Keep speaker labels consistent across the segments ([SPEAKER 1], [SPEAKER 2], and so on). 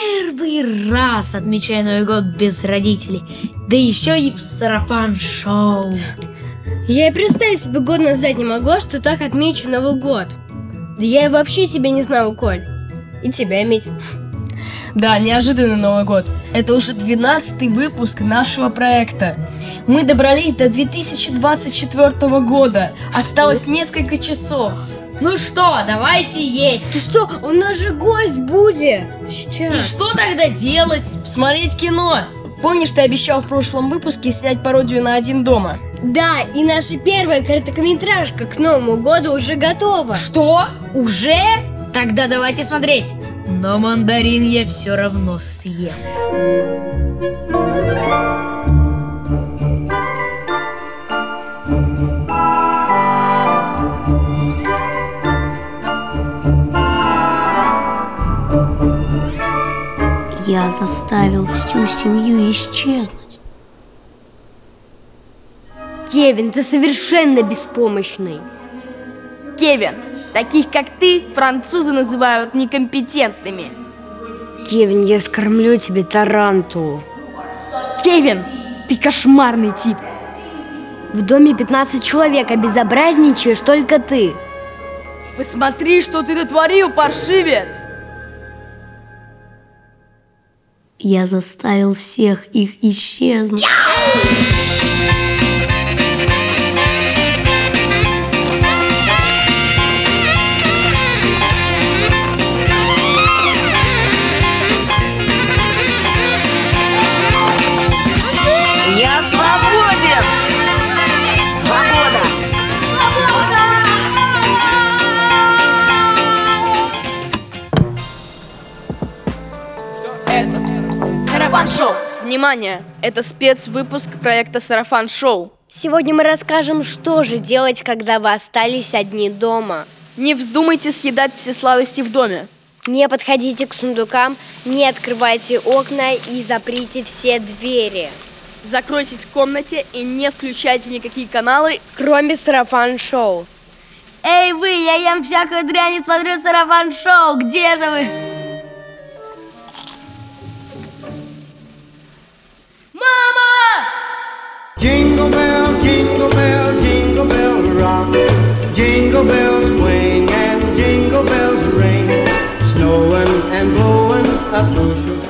[SPEAKER 1] первый раз отмечаю Новый год без родителей, да еще и в сарафан-шоу.
[SPEAKER 2] Я и представить себе год назад не могла, что так отмечу Новый год. Да я и вообще тебя не знала, Коль. И тебя, Мить.
[SPEAKER 3] Да, неожиданный Новый год. Это уже 12 выпуск нашего проекта. Мы добрались до 2024 года. Осталось несколько часов.
[SPEAKER 1] Ну что, давайте есть.
[SPEAKER 2] Ты что, у нас же гость будет. Сейчас.
[SPEAKER 1] И что тогда делать?
[SPEAKER 3] Смотреть кино. Помнишь, ты обещал в прошлом выпуске снять пародию на один дома?
[SPEAKER 2] Да, и наша первая короткометражка к Новому году уже готова.
[SPEAKER 1] Что? Уже? Тогда давайте смотреть. Но мандарин я все равно съем.
[SPEAKER 4] Я заставил всю семью исчезнуть.
[SPEAKER 2] Кевин, ты совершенно беспомощный.
[SPEAKER 5] Кевин, таких как ты французы называют некомпетентными.
[SPEAKER 2] Кевин, я скормлю тебе таранту.
[SPEAKER 5] Кевин, ты кошмарный тип.
[SPEAKER 2] В доме 15 человек, а безобразничаешь только ты.
[SPEAKER 5] Посмотри, что ты натворил, паршивец!
[SPEAKER 4] Я заставил всех их исчезнуть.
[SPEAKER 6] Я свободен! Свобода!
[SPEAKER 5] Сарафан Шоу! Внимание! Это спецвыпуск проекта Сарафан Шоу.
[SPEAKER 2] Сегодня мы расскажем, что же делать, когда вы остались одни дома.
[SPEAKER 5] Не вздумайте съедать все сладости в доме.
[SPEAKER 2] Не подходите к сундукам, не открывайте окна и заприте все двери.
[SPEAKER 5] Закройтесь в комнате и не включайте никакие каналы.
[SPEAKER 2] Кроме сарафан-шоу.
[SPEAKER 1] Эй вы, я ем всякую дрянь и смотрю сарафан-шоу. Где же вы?
[SPEAKER 7] Jingle bell, jingle bell, jingle bell rock. Jingle bells swing and jingle bells ring. Snowing and blowing up bushels.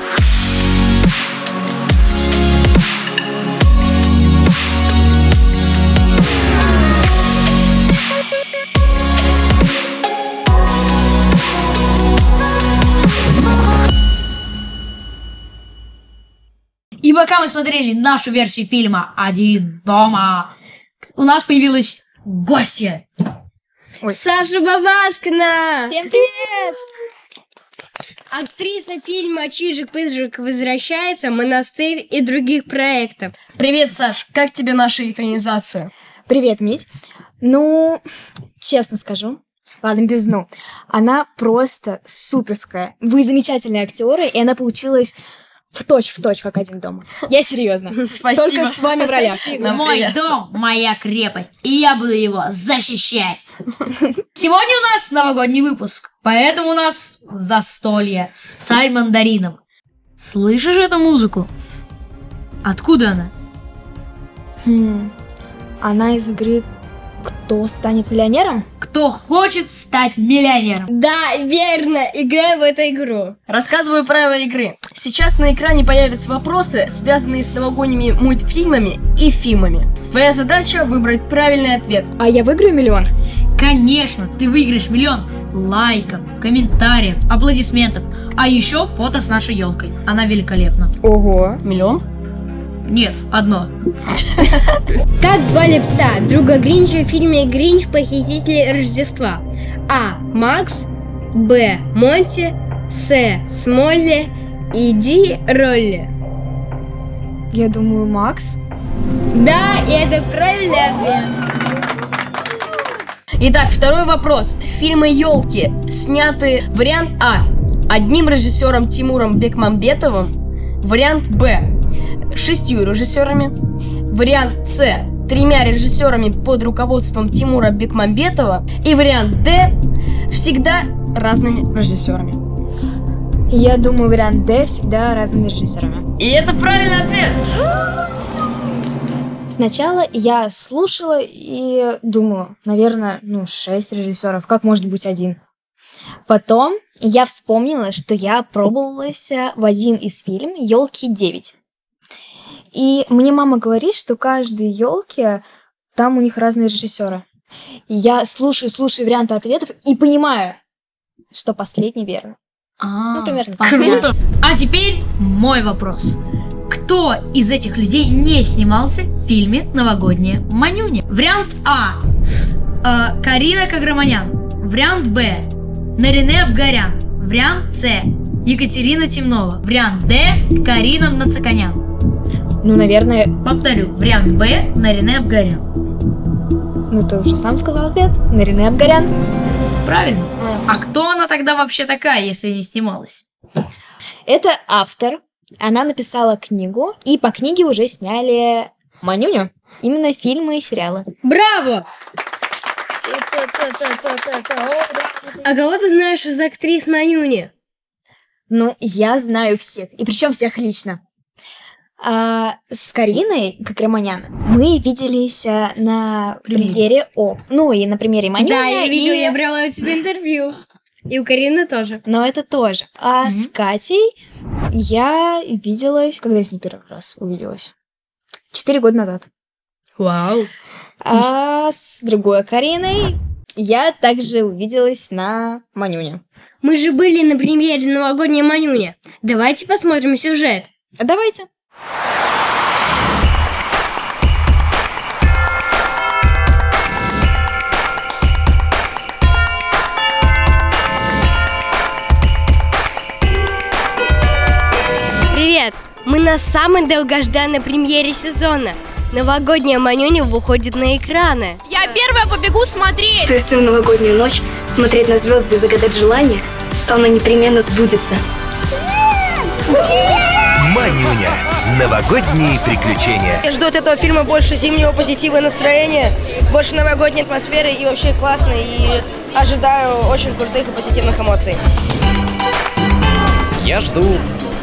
[SPEAKER 1] И пока мы смотрели нашу версию фильма «Один дома», у нас появилась гостья.
[SPEAKER 2] Саша Бабаскина!
[SPEAKER 3] Всем привет!
[SPEAKER 2] Актриса фильма «Чижик-пыжик» возвращается, «Монастырь» и других проектов.
[SPEAKER 3] Привет, Саш. Как тебе наша экранизация?
[SPEAKER 8] Привет, Мить. Ну, честно скажу, ладно, без ну. Она просто суперская. Вы замечательные актеры, и она получилась в точь в точь, как один дома. Я серьезно.
[SPEAKER 3] Спасибо.
[SPEAKER 8] Только с вами в ролях.
[SPEAKER 3] Нам
[SPEAKER 1] Мой
[SPEAKER 3] привет.
[SPEAKER 1] дом, моя крепость, и я буду его защищать. Сегодня у нас новогодний выпуск, поэтому у нас застолье с царь-мандарином. Слышишь эту музыку? Откуда она?
[SPEAKER 8] Хм. Она из игры «Кто станет миллионером?»
[SPEAKER 1] Кто хочет стать миллионером?
[SPEAKER 2] Да, верно, играю в эту игру.
[SPEAKER 3] Рассказываю правила игры. Сейчас на экране появятся вопросы, связанные с новогодними мультфильмами и фильмами. Твоя задача выбрать правильный ответ.
[SPEAKER 8] А я выиграю миллион?
[SPEAKER 1] Конечно, ты выиграешь миллион лайков, комментариев, аплодисментов, а еще фото с нашей елкой. Она великолепна.
[SPEAKER 8] Ого.
[SPEAKER 3] Миллион?
[SPEAKER 1] Нет, одно.
[SPEAKER 2] Как звали пса, друга Гринча в фильме «Гринч. Похититель Рождества»? А. Макс Б. Монти С. Смолли и Ди Ролли
[SPEAKER 8] Я думаю, Макс.
[SPEAKER 2] Да, и это правильный ответ.
[SPEAKER 3] Итак, второй вопрос. Фильмы «Елки» сняты вариант А. Одним режиссером Тимуром Бекмамбетовым. Вариант Б. Шестью режиссерами. Вариант С. Тремя режиссерами под руководством Тимура Бекмамбетова. И вариант Д. Всегда разными режиссерами.
[SPEAKER 8] Я думаю, вариант Д всегда разными режиссерами.
[SPEAKER 9] И это правильный ответ.
[SPEAKER 8] Сначала я слушала и думала, наверное, ну, шесть режиссеров, как может быть один. Потом я вспомнила, что я пробовалась э, в один из фильм «Елки 9». И мне мама говорит, что каждой елки там у них разные режиссеры. И Я слушаю, слушаю варианты ответов и понимаю, что последний верно.
[SPEAKER 1] А,
[SPEAKER 8] Ну, примерно.
[SPEAKER 1] понятно. А теперь мой вопрос. Кто из этих людей не снимался в фильме «Новогодняя Манюня»? Вариант А. Э, Карина Каграманян. Вариант Б. Нарине Абгарян. Вариант С. Екатерина Темнова. Вариант Д. Карина Мнацаканян.
[SPEAKER 8] Ну, наверное,
[SPEAKER 1] Повторю. Вариант Б. Нарине Абгарян.
[SPEAKER 8] ну ты уже сам сказал ответ. Нарине Абгарян.
[SPEAKER 1] Правильно? А кто она тогда вообще такая, если не снималась?
[SPEAKER 8] Это автор. Она написала книгу, и по книге уже сняли Манюню. Именно фильмы и сериалы.
[SPEAKER 2] Браво! А кого ты знаешь из актрис Манюни?
[SPEAKER 8] Ну, я знаю всех, и причем всех лично. А, с Кариной Кокреманян мы виделись а, на премьере О. Ну, и на премьере Манюни.
[SPEAKER 2] Да, я
[SPEAKER 8] и-
[SPEAKER 2] видела, я брала у тебя интервью. И у Карины тоже.
[SPEAKER 8] Но это тоже. А с Катей я виделась... Когда я с ней первый раз увиделась? Четыре года назад.
[SPEAKER 2] Вау.
[SPEAKER 8] А с другой Кариной я также увиделась на Манюне.
[SPEAKER 2] Мы же были на премьере новогодней Манюни. Давайте посмотрим сюжет.
[SPEAKER 8] А Давайте.
[SPEAKER 2] Привет! Мы на самой долгожданной премьере сезона. Новогодняя Манюня выходит на экраны.
[SPEAKER 10] Я первая побегу смотреть.
[SPEAKER 5] что если в новогоднюю ночь смотреть на звезды и загадать желание, то оно непременно сбудется.
[SPEAKER 11] Манюня. Новогодние приключения.
[SPEAKER 12] Жду от этого фильма больше зимнего позитива и настроения, больше новогодней атмосферы и вообще классно. И ожидаю очень крутых и позитивных эмоций.
[SPEAKER 13] Я жду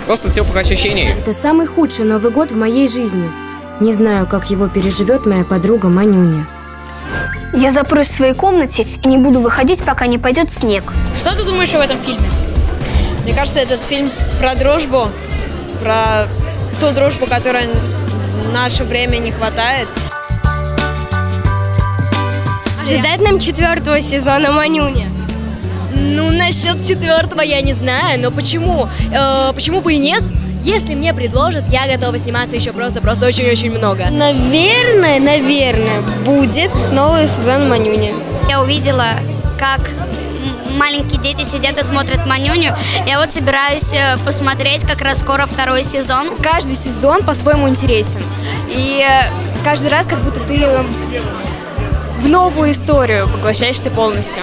[SPEAKER 13] просто теплых ощущений.
[SPEAKER 5] Это самый худший Новый год в моей жизни. Не знаю, как его переживет моя подруга Манюня.
[SPEAKER 10] Я запрусь в своей комнате и не буду выходить, пока не пойдет снег.
[SPEAKER 9] Что ты думаешь об этом фильме?
[SPEAKER 5] Мне кажется, этот фильм про дружбу, про ту дружбу, которой в наше время не хватает.
[SPEAKER 2] Ожидает нам четвертого сезона Манюни.
[SPEAKER 5] Ну, насчет четвертого я не знаю, но почему? Э, почему бы и нет? Если мне предложат, я готова сниматься еще просто-просто очень-очень много.
[SPEAKER 2] Наверное, наверное, будет новый сезон Манюни.
[SPEAKER 5] Я увидела, как маленькие дети сидят и смотрят Манюню. Я вот собираюсь э, посмотреть как раз скоро второй сезон.
[SPEAKER 2] Каждый сезон по-своему интересен. И э, каждый раз как будто ты эм, в новую историю поглощаешься полностью.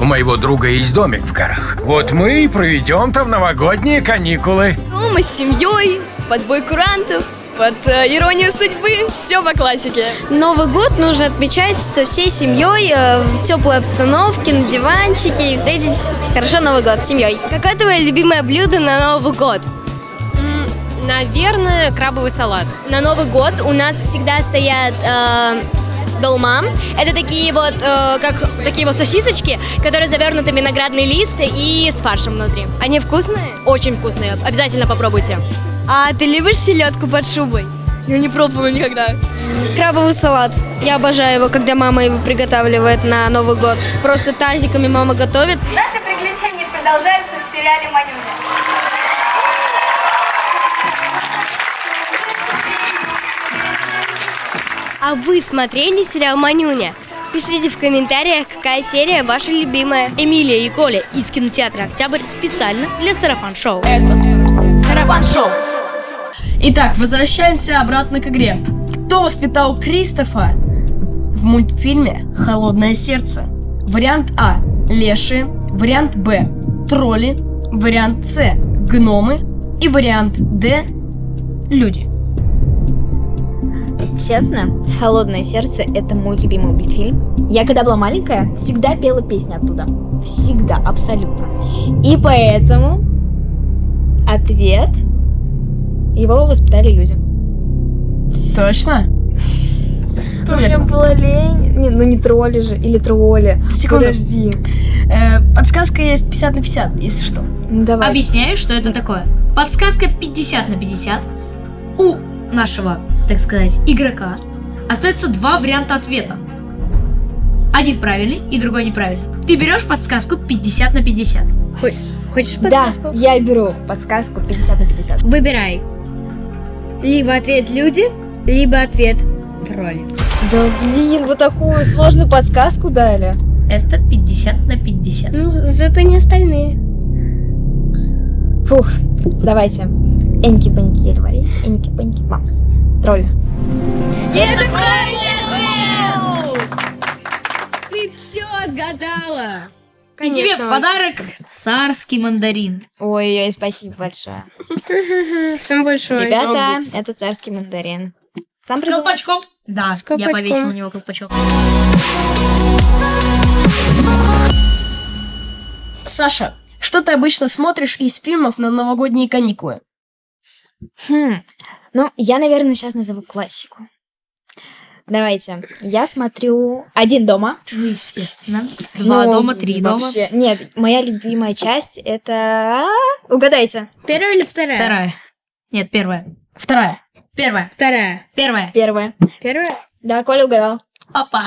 [SPEAKER 13] У моего друга есть домик в горах. Вот мы и проведем там новогодние каникулы.
[SPEAKER 9] Дома с семьей, под бой курантов, под э, иронию судьбы. Все по классике.
[SPEAKER 2] Новый год нужно отмечать со всей семьей э, в теплой обстановке, на диванчике и встретить хорошо Новый год с семьей. Какое твое любимое блюдо на Новый год?
[SPEAKER 5] Наверное, крабовый салат.
[SPEAKER 2] На Новый год у нас всегда стоят э, долма. Это такие вот, э, как такие вот сосисочки, которые завернуты в виноградный лист и с фаршем внутри. Они вкусные? Очень вкусные. Обязательно попробуйте. А ты любишь селедку под шубой?
[SPEAKER 9] Я не пробовала никогда.
[SPEAKER 2] Крабовый салат. Я обожаю его, когда мама его приготавливает на Новый год. Просто тазиками мама готовит.
[SPEAKER 5] Наши приключения продолжаются в сериале «Манюня».
[SPEAKER 2] А вы смотрели сериал «Манюня»? Пишите в комментариях, какая серия ваша любимая.
[SPEAKER 1] Эмилия и Коля из кинотеатра «Октябрь» специально для «Сарафан-шоу».
[SPEAKER 10] Сарафан шоу.
[SPEAKER 9] Итак, возвращаемся обратно к игре. Кто воспитал Кристофа в мультфильме «Холодное сердце»? Вариант А. Леши. Вариант Б. Тролли. Вариант С. Гномы. И вариант Д. Люди.
[SPEAKER 8] Честно, «Холодное сердце» — это мой любимый мультфильм. Я, когда была маленькая, всегда пела песни оттуда. Всегда, абсолютно. И поэтому ответ — его воспитали люди.
[SPEAKER 5] Точно?
[SPEAKER 8] У меня была лень. Не, ну не тролли же, или тролли.
[SPEAKER 5] Секунду. Э,
[SPEAKER 8] Подожди.
[SPEAKER 5] подсказка есть 50 на 50, если что.
[SPEAKER 8] Ну, Давай.
[SPEAKER 1] Объясняю, что это такое. Подсказка 50 на 50. У нашего, так сказать, игрока остается два варианта ответа. Один правильный и другой неправильный. Ты берешь подсказку 50 на 50.
[SPEAKER 2] Хочешь
[SPEAKER 1] подсказку?
[SPEAKER 8] Да, я беру подсказку 50 на 50.
[SPEAKER 2] Выбирай. Либо ответ люди, либо ответ тролли.
[SPEAKER 8] Да блин, вот такую сложную подсказку дали.
[SPEAKER 1] Это 50 на 50.
[SPEAKER 2] Ну, зато не остальные.
[SPEAKER 8] Фух, давайте. Эньки-паньки, говори. Эньки-паньки, мамс. Тролль.
[SPEAKER 2] Это правильный ответ! Ты все отгадала!
[SPEAKER 1] И тебе в подарок царский мандарин.
[SPEAKER 8] Ой-ой, спасибо большое.
[SPEAKER 2] Сам большой.
[SPEAKER 8] Ребята, это царский мандарин. Сам
[SPEAKER 1] С
[SPEAKER 8] придумал.
[SPEAKER 1] колпачком. Да, я
[SPEAKER 8] колпачком.
[SPEAKER 1] повесила на него колпачок.
[SPEAKER 5] Саша, что ты обычно смотришь из фильмов на новогодние каникулы?
[SPEAKER 8] Хм. Ну, я, наверное, сейчас назову классику. Давайте. Я смотрю «Один дома».
[SPEAKER 1] Ну, естественно. Два
[SPEAKER 8] Ну,
[SPEAKER 1] дома, три дома.
[SPEAKER 8] вообще. Нет, моя любимая часть — это... а? Угадайте.
[SPEAKER 2] Первая или вторая?
[SPEAKER 1] Вторая. Нет, первая.
[SPEAKER 5] Вторая.
[SPEAKER 1] Первая.
[SPEAKER 2] Вторая.
[SPEAKER 1] Первая.
[SPEAKER 8] Первая.
[SPEAKER 2] Первая?
[SPEAKER 8] Да, Коля угадал.
[SPEAKER 1] Опа.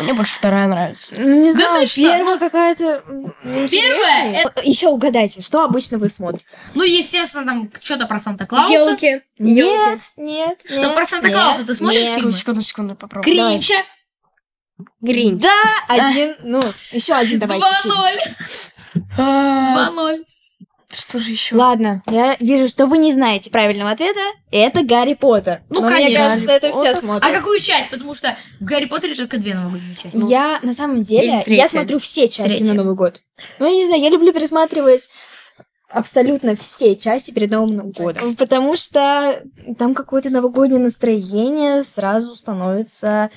[SPEAKER 5] Мне больше вторая нравится.
[SPEAKER 8] Ну, не
[SPEAKER 1] Да ты
[SPEAKER 8] знаю,
[SPEAKER 1] что?
[SPEAKER 8] первая какая-то...
[SPEAKER 1] Первая?
[SPEAKER 8] Еще угадайте, что обычно вы смотрите?
[SPEAKER 1] Ну, естественно, там что-то про Санта-Клауса.
[SPEAKER 2] Елки.
[SPEAKER 8] Нет, нет,
[SPEAKER 1] Что, про Санта-Клауса ты смотришь фильмы?
[SPEAKER 8] фильм?
[SPEAKER 5] Секунду, секунду, попробуй.
[SPEAKER 1] Кринча.
[SPEAKER 8] Гринч. Да, один, ну, еще один давайте. А? фильм.
[SPEAKER 1] А, 2-0.
[SPEAKER 5] Что же еще?
[SPEAKER 8] Ладно, я вижу, что вы не знаете правильного ответа. Это Гарри Поттер.
[SPEAKER 1] Ну,
[SPEAKER 8] Но
[SPEAKER 1] конечно.
[SPEAKER 8] Мне кажется, это все
[SPEAKER 1] А
[SPEAKER 8] смотрят.
[SPEAKER 1] какую часть? Потому что в Гарри Поттере только две новогодние части.
[SPEAKER 8] Я, на самом
[SPEAKER 1] Ну, Или
[SPEAKER 8] деле,
[SPEAKER 1] третья.
[SPEAKER 8] я смотрю все части
[SPEAKER 1] Третья.
[SPEAKER 8] на Новый год. Ну, я не знаю, я люблю пересматривать абсолютно все части перед Новым годом. Потому что там какое-то новогоднее настроение сразу становится...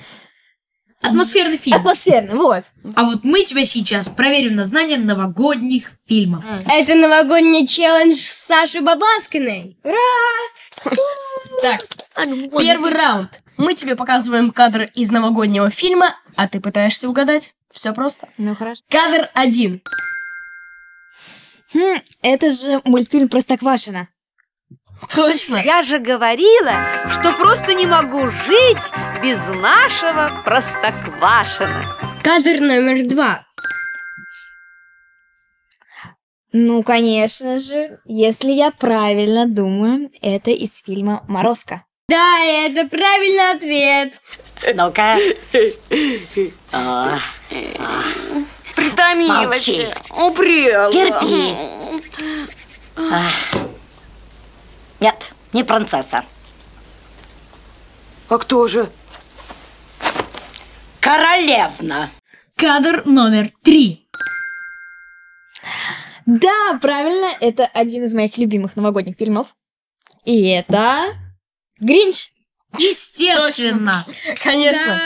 [SPEAKER 1] Атмосферный фильм.
[SPEAKER 8] Атмосферно, вот.
[SPEAKER 1] А вот мы тебя сейчас проверим на знание новогодних фильмов.
[SPEAKER 2] Это новогодний челлендж Саши Бабаскиной.
[SPEAKER 8] Ура!
[SPEAKER 5] Так, первый раунд. Мы тебе показываем кадр из новогоднего фильма, а ты пытаешься угадать. Все просто.
[SPEAKER 8] Ну, хорошо.
[SPEAKER 5] Кадр один.
[SPEAKER 8] Хм, это же мультфильм «Простоквашино».
[SPEAKER 5] Точно.
[SPEAKER 14] Я же говорила, что просто не могу жить без нашего простоквашина.
[SPEAKER 2] Кадр номер два.
[SPEAKER 8] Ну, конечно же, если я правильно думаю, это из фильма «Морозко».
[SPEAKER 2] Да, это правильный ответ.
[SPEAKER 15] Ну-ка.
[SPEAKER 14] Притомилась.
[SPEAKER 15] Молчи.
[SPEAKER 14] Упрела.
[SPEAKER 15] Терпи. Нет, не принцесса. А кто же? Королевна.
[SPEAKER 1] Кадр номер три.
[SPEAKER 8] Да, правильно, это один из моих любимых новогодних фильмов. И это... Гринч.
[SPEAKER 1] Естественно.
[SPEAKER 5] Конечно.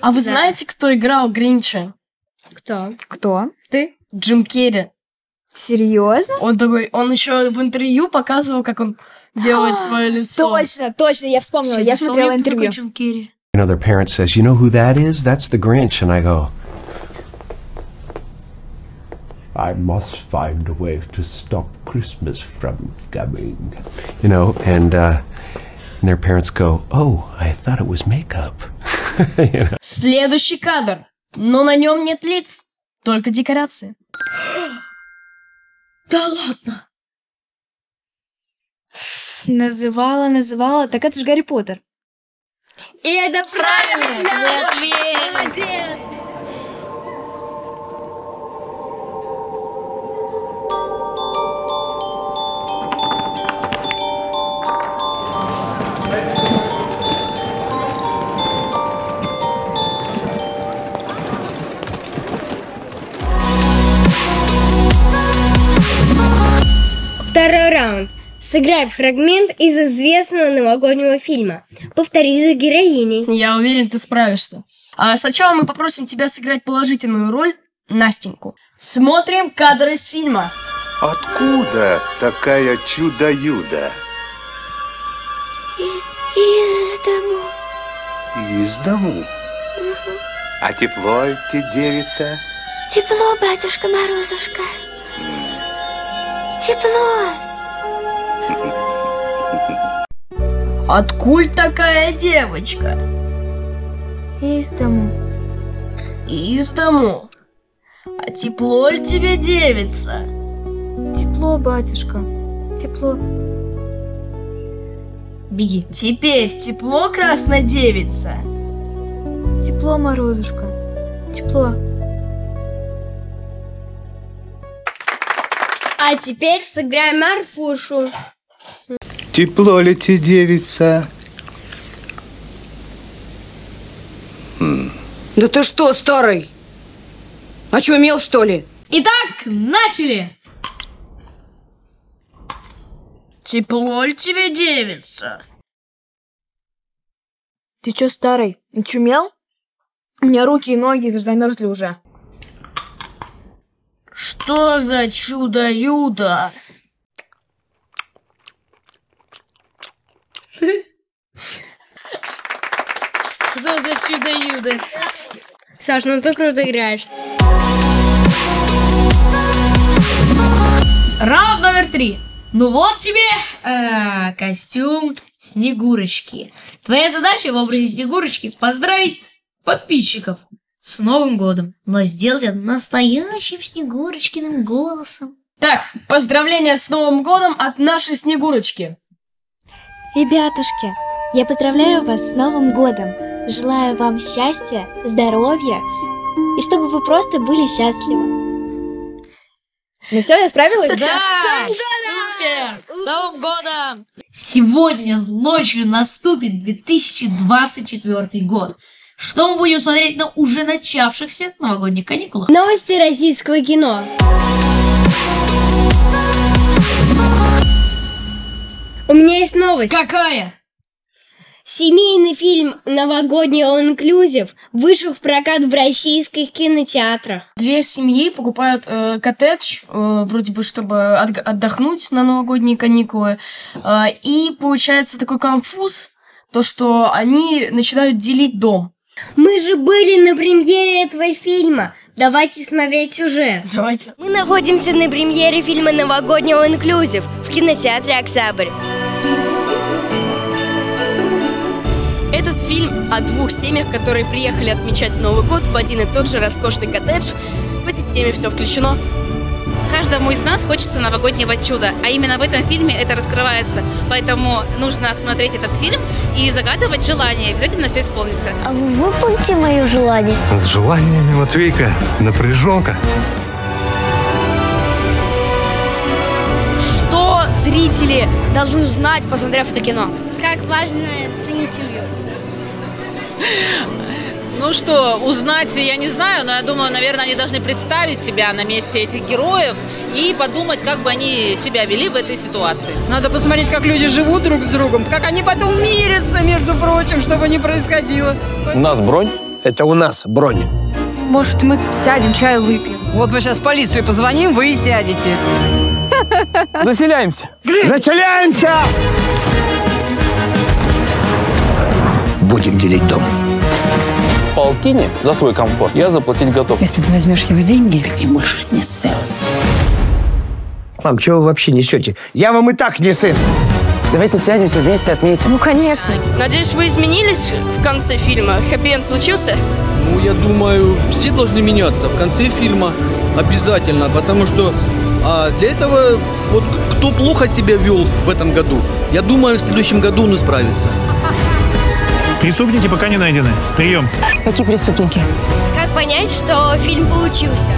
[SPEAKER 5] А
[SPEAKER 1] Да.
[SPEAKER 5] вы знаете, кто играл Гринча?
[SPEAKER 2] Кто?
[SPEAKER 8] Кто?
[SPEAKER 5] Ты? Джим Керри.
[SPEAKER 8] Серьезно?
[SPEAKER 5] Он такой, он еще в интервью показывал, как он делает свое лицо.
[SPEAKER 8] Точно, точно, я вспомнила, я смотрела интервью.
[SPEAKER 16] Another parent says, You know who that is? That's the Grinch. And I go, I must find a way to stop Christmas from coming. You know, and, uh, and their parents go, Oh, I thought it was makeup. you know?
[SPEAKER 5] Следующий кадр. Но на нем нет лиц, только декорации.
[SPEAKER 1] Да ладно.
[SPEAKER 8] Называла, называла. Так это же Гарри Поттер.
[SPEAKER 2] И это правильный
[SPEAKER 1] ответ.
[SPEAKER 2] Молодец. Второй раунд. Сыграй фрагмент из известного новогоднего фильма. Повтори за героиней.
[SPEAKER 8] Я уверен, ты справишься. А сначала мы попросим тебя сыграть положительную роль Настеньку. Смотрим кадры из фильма.
[SPEAKER 7] Откуда такая чудо-юдо?
[SPEAKER 17] Из дому.
[SPEAKER 7] Из дому. А тепло ты, девица?
[SPEAKER 17] Тепло, батюшка Морозушка. Тепло.
[SPEAKER 8] Откуль такая девочка?
[SPEAKER 18] Из дому.
[SPEAKER 8] Из дому. А тепло ли тебе, девица?
[SPEAKER 18] Тепло, батюшка. Тепло.
[SPEAKER 8] Беги. Теперь тепло, красная девица?
[SPEAKER 18] Тепло, морозушка. Тепло.
[SPEAKER 2] А теперь сыграй Марфушу.
[SPEAKER 7] Тепло ли тебе, девица? М,
[SPEAKER 19] Да ты что, старый? А что, мел, что ли?
[SPEAKER 1] Итак, начали!
[SPEAKER 8] Тепло ли тебе, девица?
[SPEAKER 18] Ты чё, старый, чумел? У меня руки и ноги замерзли уже.
[SPEAKER 8] Что за чудо-юдо?
[SPEAKER 1] Что за чудо-юдо?
[SPEAKER 2] Саш, ну ты круто играешь.
[SPEAKER 1] Раунд номер три. Ну вот тебе э, костюм Снегурочки. Твоя задача в образе Снегурочки поздравить подписчиков с Новым годом. Но сделать это настоящим Снегурочкиным голосом.
[SPEAKER 8] Так, поздравления с Новым годом от нашей Снегурочки.
[SPEAKER 20] Ребятушки, я поздравляю вас с Новым годом! Желаю вам счастья, здоровья и чтобы вы просто были счастливы.
[SPEAKER 21] Ну все, я справилась?
[SPEAKER 1] Да! Супер! С Новым годом! Сегодня ночью наступит 2024 год. Что мы будем смотреть на уже начавшихся новогодних каникулах?
[SPEAKER 2] Новости российского кино. У меня есть новость.
[SPEAKER 1] Какая?
[SPEAKER 2] Семейный фильм «Новогодний all-inclusive» вышел в прокат в российских кинотеатрах.
[SPEAKER 8] Две семьи покупают э, коттедж, э, вроде бы, чтобы отг- отдохнуть на новогодние каникулы. Э, и получается такой конфуз, то, что они начинают делить дом.
[SPEAKER 2] Мы же были на премьере этого фильма. Давайте смотреть сюжет.
[SPEAKER 8] Давайте.
[SPEAKER 2] Мы находимся на премьере фильма «Новогоднего инклюзив» в кинотеатре «Октябрь».
[SPEAKER 22] Этот фильм о двух семьях, которые приехали отмечать Новый год в один и тот же роскошный коттедж. По системе все включено.
[SPEAKER 23] Каждому из нас хочется новогоднего чуда, а именно в этом фильме это раскрывается. Поэтому нужно смотреть этот фильм и загадывать желание, обязательно все исполнится.
[SPEAKER 17] А Выполните мое желание.
[SPEAKER 11] С желаниями Матвейка напряженка.
[SPEAKER 5] Что зрители должны узнать, посмотрев это кино?
[SPEAKER 17] Как важно ценить семью.
[SPEAKER 24] Ну что, узнать я не знаю, но я думаю, наверное, они должны представить себя на месте этих героев и подумать, как бы они себя вели в этой ситуации.
[SPEAKER 12] Надо посмотреть, как люди живут друг с другом, как они потом мирятся, между прочим, чтобы не происходило.
[SPEAKER 25] У нас бронь? Это у нас бронь.
[SPEAKER 12] Может, мы сядем, чаю выпьем? Вот мы сейчас в полицию позвоним, вы и сядете.
[SPEAKER 25] Заселяемся. Заселяемся!
[SPEAKER 11] Будем делить дом.
[SPEAKER 25] Полтинник за свой комфорт я заплатить готов.
[SPEAKER 26] Если ты возьмешь его деньги, ты можешь не сын.
[SPEAKER 25] Мам, чего вы вообще несете? Я вам и так не сын. Давайте сядемся вместе, отметим.
[SPEAKER 5] Ну, конечно. Надеюсь, вы изменились в конце фильма? Хэппи-энд случился?
[SPEAKER 13] Ну, я думаю, все должны меняться в конце фильма обязательно, потому что а, для этого вот кто плохо себя вел в этом году, я думаю, в следующем году он исправится.
[SPEAKER 27] Преступники пока не найдены. Прием.
[SPEAKER 5] Какие преступники?
[SPEAKER 2] Как понять, что фильм получился?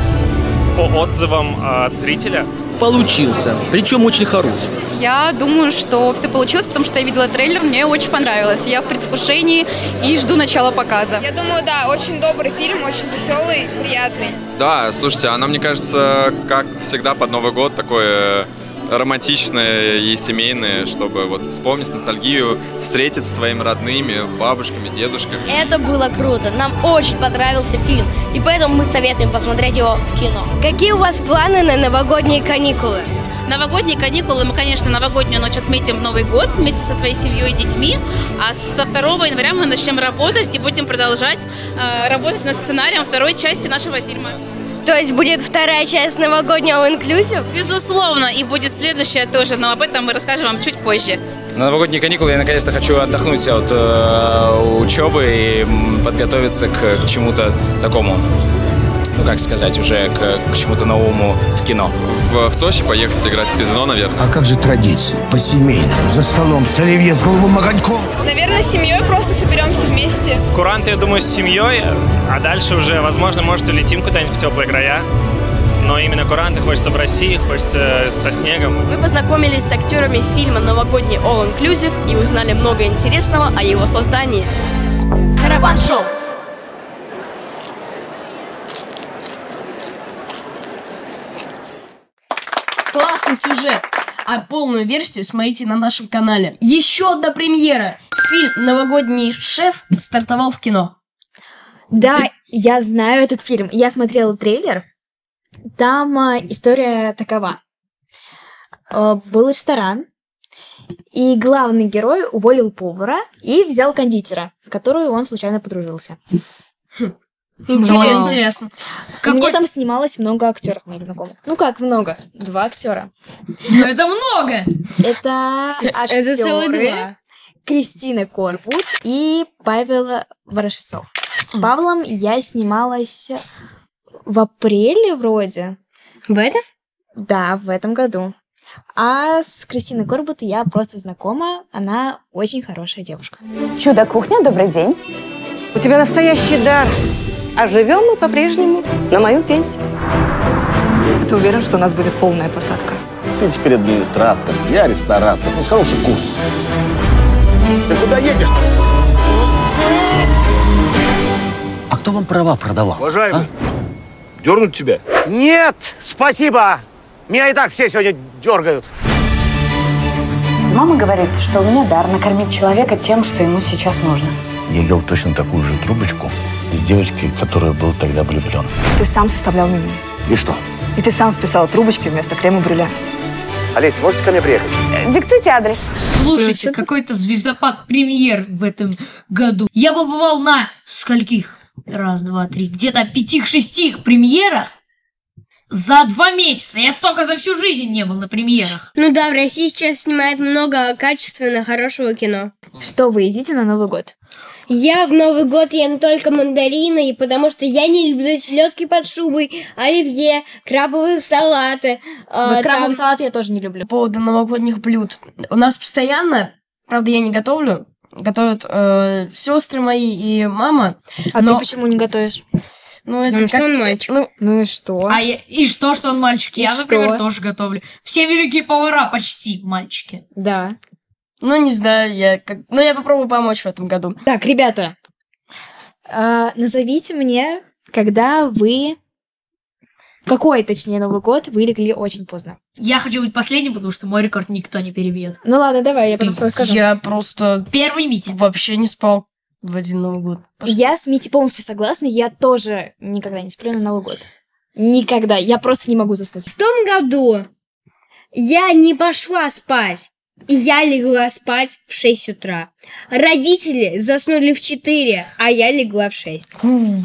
[SPEAKER 13] По отзывам от зрителя? Получился, причем очень хороший.
[SPEAKER 23] Я думаю, что все получилось, потому что я видела трейлер, мне очень понравилось. Я в предвкушении и жду начала показа.
[SPEAKER 28] Я думаю, да, очень добрый фильм, очень веселый, приятный.
[SPEAKER 29] Да, слушайте, она, мне кажется, как всегда под Новый год такое
[SPEAKER 4] романтичные и семейные, чтобы вот вспомнить ностальгию, встретиться со своими родными, бабушками, дедушками.
[SPEAKER 30] Это было круто. Нам очень понравился фильм, и поэтому мы советуем посмотреть его в кино.
[SPEAKER 2] Какие у вас планы на новогодние каникулы?
[SPEAKER 31] Новогодние каникулы мы, конечно, новогоднюю ночь отметим Новый год вместе со своей семьей и детьми. А со 2 января мы начнем работать и будем продолжать э, работать над сценарием второй части нашего фильма.
[SPEAKER 2] То есть будет вторая часть новогоднего инклюзив?
[SPEAKER 31] Безусловно, и будет следующая тоже, но об этом мы расскажем вам чуть позже.
[SPEAKER 12] На новогодние каникулы я наконец-то хочу отдохнуть от э, учебы и м, подготовиться к, к чему-то такому, ну как сказать, уже к, к чему-то новому в кино.
[SPEAKER 4] В, в Сочи поехать играть в казино, наверное.
[SPEAKER 11] А как же традиции? По-семейному, за столом, с оливье, с голубым огоньком.
[SPEAKER 32] Наверное, с семьей просто соберемся вместе.
[SPEAKER 7] Куранты, я думаю, с семьей, а дальше уже, возможно, может, улетим куда-нибудь в теплые края. Но именно куранты хочется в России, хочется со снегом.
[SPEAKER 5] Мы познакомились с актерами фильма «Новогодний All Inclusive» и узнали много интересного о его создании. Сарафан Шоу! Классный сюжет! А полную версию смотрите на нашем канале. Еще одна премьера! Фильм «Новогодний шеф» стартовал в кино.
[SPEAKER 8] Да, я знаю этот фильм. Я смотрела трейлер. Там а, история такова. А, был ресторан, и главный герой уволил повара и взял кондитера, с которой он случайно подружился.
[SPEAKER 5] Интересно.
[SPEAKER 8] Интересно. Мне там снималось много актеров моих знакомых. Ну как много? Два актера.
[SPEAKER 1] Это много!
[SPEAKER 8] Это
[SPEAKER 1] Это целых
[SPEAKER 8] актеры
[SPEAKER 1] два.
[SPEAKER 8] Кристина Корбут и Павел Ворошцов. С Павлом я снималась в апреле вроде.
[SPEAKER 2] В этом?
[SPEAKER 8] Да, в этом году. А с Кристиной Корбут я просто знакома. Она очень хорошая девушка.
[SPEAKER 33] Чудо-кухня, добрый день. У тебя настоящий дар. А живем мы по-прежнему на мою пенсию. Ты уверен, что у нас будет полная посадка?
[SPEAKER 34] Ты теперь администратор, я ресторатор. У нас хороший курс. Ты куда едешь-то? А кто вам права продавал?
[SPEAKER 35] Уважаемый, дернуть тебя? Нет, спасибо. Меня и так все сегодня дергают.
[SPEAKER 33] Мама говорит, что у меня дар накормить человека тем, что ему сейчас нужно.
[SPEAKER 34] Я ел точно такую же трубочку с девочкой, в которую был тогда влюблен.
[SPEAKER 33] Ты сам составлял меню.
[SPEAKER 34] И что?
[SPEAKER 33] И ты сам вписал трубочки вместо крема брюля.
[SPEAKER 35] Олеся, можете ко мне приехать?
[SPEAKER 33] Диктуйте адрес.
[SPEAKER 1] Слушайте, какой-то звездопад премьер в этом году. Я побывал на скольких? Раз, два, три. Где-то пятих-шестих премьерах за два месяца. Я столько за всю жизнь не был на премьерах.
[SPEAKER 2] Ну да, в России сейчас снимают много качественно хорошего кино.
[SPEAKER 8] Что вы едите на Новый год?
[SPEAKER 2] Я в Новый год ем только мандарины, и потому что я не люблю селедки под шубой, оливье, крабовые салаты. э,
[SPEAKER 5] Вот крабовый
[SPEAKER 2] там-
[SPEAKER 5] салат я тоже не люблю. А, По поводу новогодних блюд. У нас постоянно, правда, я не готовлю, готовят э, сестры мои и мама.
[SPEAKER 8] А ты почему не готовишь?
[SPEAKER 5] Ну, это
[SPEAKER 2] Потому что
[SPEAKER 5] как-
[SPEAKER 2] он мальчик.
[SPEAKER 5] Ну,
[SPEAKER 8] Ну и что?
[SPEAKER 1] А я- и что, что он мальчик?
[SPEAKER 5] И
[SPEAKER 1] я, например,
[SPEAKER 5] что?
[SPEAKER 1] тоже готовлю. Все великие повара почти мальчики.
[SPEAKER 8] Да.
[SPEAKER 5] ну, не знаю, я как... Ну, я попробую помочь в этом году.
[SPEAKER 8] Так, ребята, э, назовите мне, когда вы... в Какой, точнее, Новый год вы легли очень поздно.
[SPEAKER 1] Я хочу быть последним, потому что мой рекорд никто не перебьет.
[SPEAKER 8] Ну ладно, давай, я потом все расскажу.
[SPEAKER 5] Я просто
[SPEAKER 1] Первый Митя.
[SPEAKER 5] вообще не спал в один Новый год.
[SPEAKER 8] Я с Мити полностью согласна, я тоже никогда не сплю на Новый год. Никогда, я просто не могу заснуть.
[SPEAKER 2] В том году я не пошла спать. И я легла спать в 6 утра. Родители заснули в 4, а я легла в 6.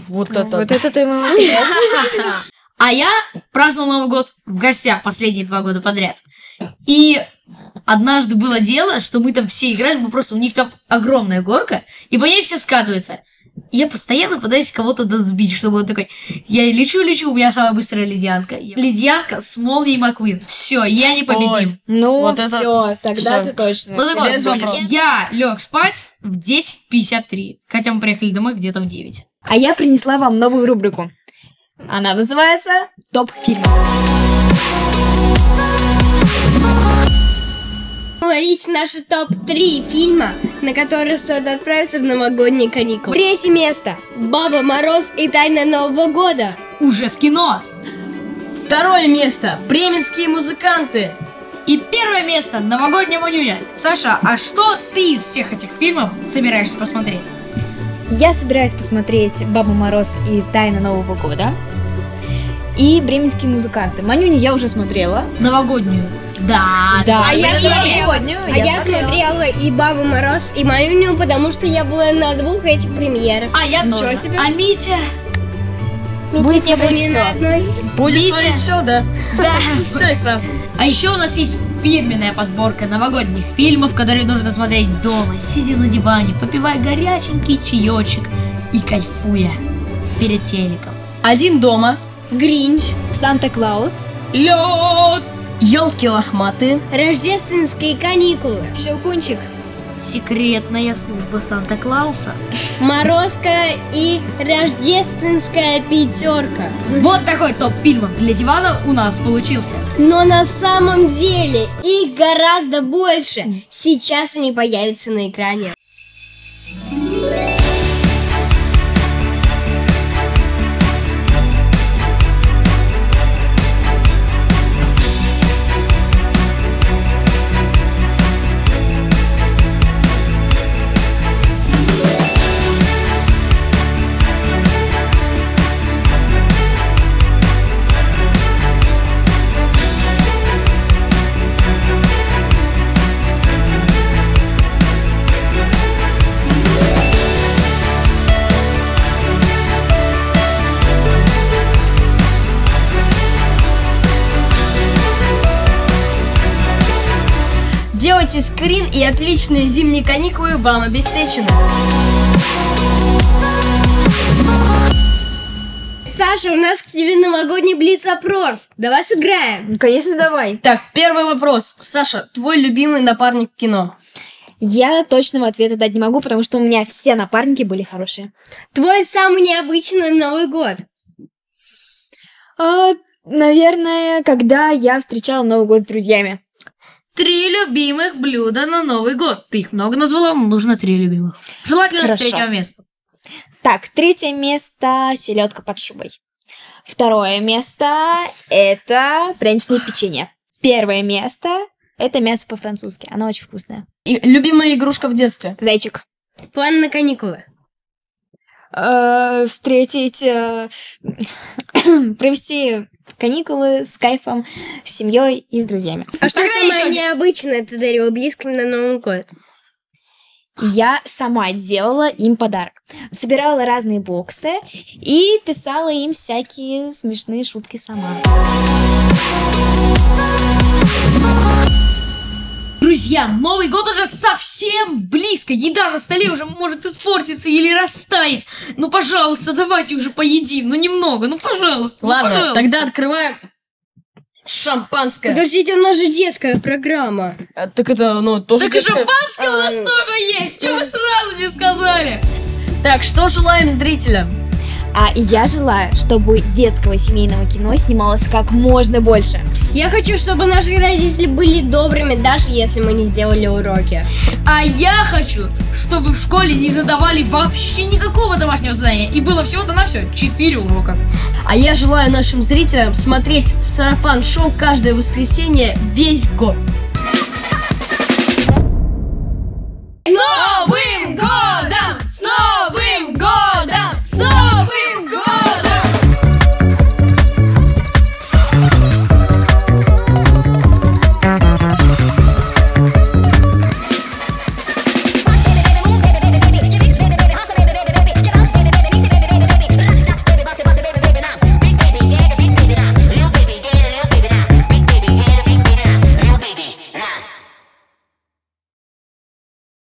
[SPEAKER 5] Вот это.
[SPEAKER 8] Вот это ты молодец.
[SPEAKER 1] А я праздновал Новый год в гостях последние два года подряд. И однажды было дело, что мы там все играли, мы просто, у них там огромная горка, и по ней все скатываются. И я постоянно пытаюсь кого-то досбить, чтобы он такой, я лечу-лечу, у меня самая быстрая ледянка. Я- Ледянка с молнией Маквин. Все, я не победим.
[SPEAKER 8] Ну,
[SPEAKER 5] Вот это-
[SPEAKER 8] все,
[SPEAKER 5] всё.
[SPEAKER 8] тогда ты точно.
[SPEAKER 1] Ну так вот,
[SPEAKER 5] без вопросов.
[SPEAKER 1] я лег спать в 10.53, хотя мы приехали домой где-то в 9.
[SPEAKER 8] А я принесла вам новую рубрику. Она называется «Топ фильмов».
[SPEAKER 2] Ловите наши топ-3 фильма, на которые стоит отправиться в новогодние каникулы. Третье место. Баба Мороз и Тайна Нового года.
[SPEAKER 1] Уже в кино!
[SPEAKER 5] Второе место. Бременские музыканты.
[SPEAKER 1] И первое место в новогоднем июня. Саша, а что ты из всех этих фильмов собираешься посмотреть?
[SPEAKER 8] Я собираюсь посмотреть «Баба Мороз» и «Тайна Нового года». И «Бременские музыканты». «Манюню» я уже смотрела.
[SPEAKER 1] Новогоднюю? Да.
[SPEAKER 8] Да.
[SPEAKER 2] А я смотрела,
[SPEAKER 8] новогоднюю
[SPEAKER 2] а я смотрела и Бабу Мороз, и Маюню, потому что я была на двух этих премьерах.
[SPEAKER 1] А я
[SPEAKER 2] Ничего
[SPEAKER 1] тоже.
[SPEAKER 2] себе.
[SPEAKER 1] А Митя?
[SPEAKER 2] Будет не
[SPEAKER 1] смотреть всё.
[SPEAKER 2] на одной.
[SPEAKER 1] Будете?
[SPEAKER 5] смотреть всё, да?
[SPEAKER 1] Да, все и сразу. А еще у нас есть фирменная подборка новогодних фильмов, которые нужно смотреть дома, сидя на диване, попивая горяченький чаечек и кайфуя перед телеком.
[SPEAKER 5] Один дома.
[SPEAKER 2] Гринч.
[SPEAKER 8] Санта-Клаус.
[SPEAKER 1] Лед.
[SPEAKER 5] Елки лохматые.
[SPEAKER 2] Рождественские каникулы.
[SPEAKER 8] Щелкунчик.
[SPEAKER 1] Секретная служба Санта-Клауса.
[SPEAKER 2] Морозка и рождественская пятерка.
[SPEAKER 1] Вот такой топ фильмов для дивана у нас получился.
[SPEAKER 2] Но на самом деле их гораздо больше. Сейчас они появятся на экране.
[SPEAKER 5] Делайте скрин и отличные зимние каникулы вам обеспечены.
[SPEAKER 2] Саша, у нас к тебе новогодний блиц-опрос. Давай сыграем.
[SPEAKER 8] Ну, конечно, давай.
[SPEAKER 5] Так, первый вопрос. Саша, твой любимый напарник в кино?
[SPEAKER 8] Я точного ответа дать не могу, потому что у меня все напарники были хорошие.
[SPEAKER 2] Твой самый необычный Новый год.
[SPEAKER 8] А, наверное, когда я встречала Новый год с друзьями.
[SPEAKER 1] Три любимых блюда на Новый год. Ты их много назвала, нужно три любимых. Желательно с
[SPEAKER 8] Хорошо.
[SPEAKER 1] третьего места.
[SPEAKER 8] Так, третье место – селедка под шубой. Второе место – это пряничные печенье. Первое место – это мясо по-французски. Оно очень вкусное.
[SPEAKER 5] И любимая игрушка в детстве?
[SPEAKER 8] Зайчик.
[SPEAKER 2] План на каникулы.
[SPEAKER 8] Э, встретить, э, провести каникулы с кайфом, с семьей и с друзьями.
[SPEAKER 2] А что самое необычное ты дарила близким на Новый год?
[SPEAKER 8] Я сама делала им подарок. Собирала разные боксы и писала им всякие смешные шутки сама.
[SPEAKER 1] Друзья, Новый год уже совсем близко. Еда на столе уже может испортиться или растаять. Ну, пожалуйста, давайте уже поедим. Ну, немного, ну, пожалуйста. ну,
[SPEAKER 5] Ладно,
[SPEAKER 1] пожалуйста.
[SPEAKER 5] тогда открываем шампанское.
[SPEAKER 2] Подождите, у нас же детская программа.
[SPEAKER 5] Э, Так это, ну, тоже
[SPEAKER 2] Так и
[SPEAKER 5] детское.
[SPEAKER 2] шампанское у нас
[SPEAKER 5] Э,
[SPEAKER 1] тоже есть. Чего вы сразу не сказали?
[SPEAKER 5] Так, что желаем зрителям?
[SPEAKER 8] А я желаю, чтобы детского семейного кино снималось как можно больше.
[SPEAKER 2] Я хочу, чтобы наши родители были добрыми, даже если мы не сделали уроки.
[SPEAKER 1] А я хочу, чтобы в школе не задавали вообще никакого домашнего задания. И было всего-то на все 4 урока.
[SPEAKER 5] А я желаю нашим зрителям смотреть сарафан-шоу каждое воскресенье весь год.